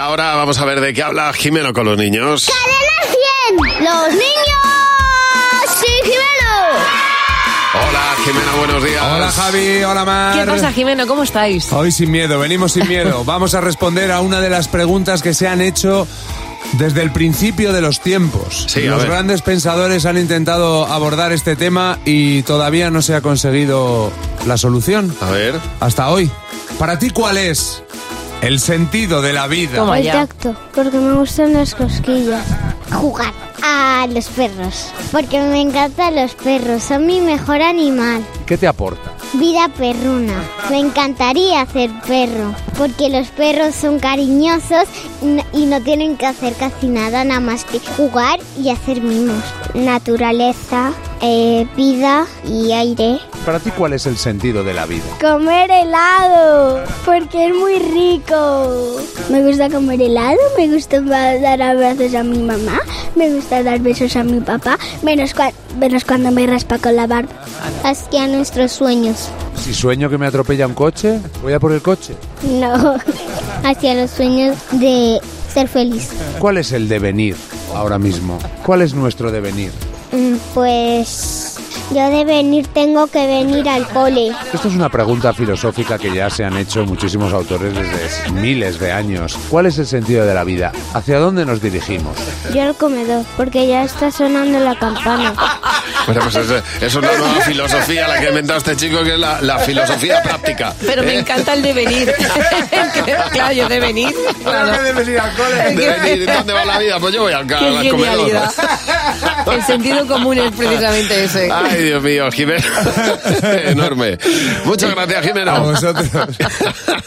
Ahora vamos a ver de qué habla Jimeno con los niños. ¡Cadena 100! ¡Los niños! ¡Sí, Hola, Jimeno, buenos días. Hola Javi, hola Mar. ¿Qué pasa, Jimeno? ¿Cómo estáis? Hoy sin miedo, venimos sin miedo. Vamos a responder a una de las preguntas que se han hecho desde el principio de los tiempos. Sí, a los ver. grandes pensadores han intentado abordar este tema y todavía no se ha conseguido la solución. A ver. Hasta hoy. ¿Para ti cuál es el sentido de la vida? Toma. El Vaya. tacto, porque me gustan las cosquillas. Jugar a los perros, porque me encantan los perros, son mi mejor animal. ¿Qué te aporta? Vida perruna. Me encantaría hacer perro, porque los perros son cariñosos y no- y no tienen que hacer casi nada, nada más que jugar y hacer mimos. Naturaleza, eh, vida y aire. ¿Para ti cuál es el sentido de la vida? Comer helado, porque es muy rico. Me gusta comer helado, me gusta dar abrazos a mi mamá, me gusta dar besos a mi papá, menos, cua- menos cuando me raspa con la barba. Hacia nuestros sueños. Si sueño que me atropella un coche, voy a por el coche. No, hacia los sueños de ser feliz. ¿Cuál es el devenir ahora mismo? ¿Cuál es nuestro devenir? Mm, Pues yo de venir tengo que venir al cole. Esto es una pregunta filosófica que ya se han hecho muchísimos autores desde miles de años. ¿Cuál es el sentido de la vida? ¿Hacia dónde nos dirigimos? Yo al comedor, porque ya está sonando la campana. Bueno, pues es, es una nueva filosofía la que ha inventado este chico, que es la, la filosofía práctica. Pero me ¿eh? encanta el devenir. claro, yo devenir. Claro. De venir, ¿Dónde va la vida? Pues yo voy al, ca- Qué al comedor. genialidad. El sentido común es precisamente ese. Ay, Dios mío, Jimeno. Enorme. Muchas gracias, A Jimeno. vosotros.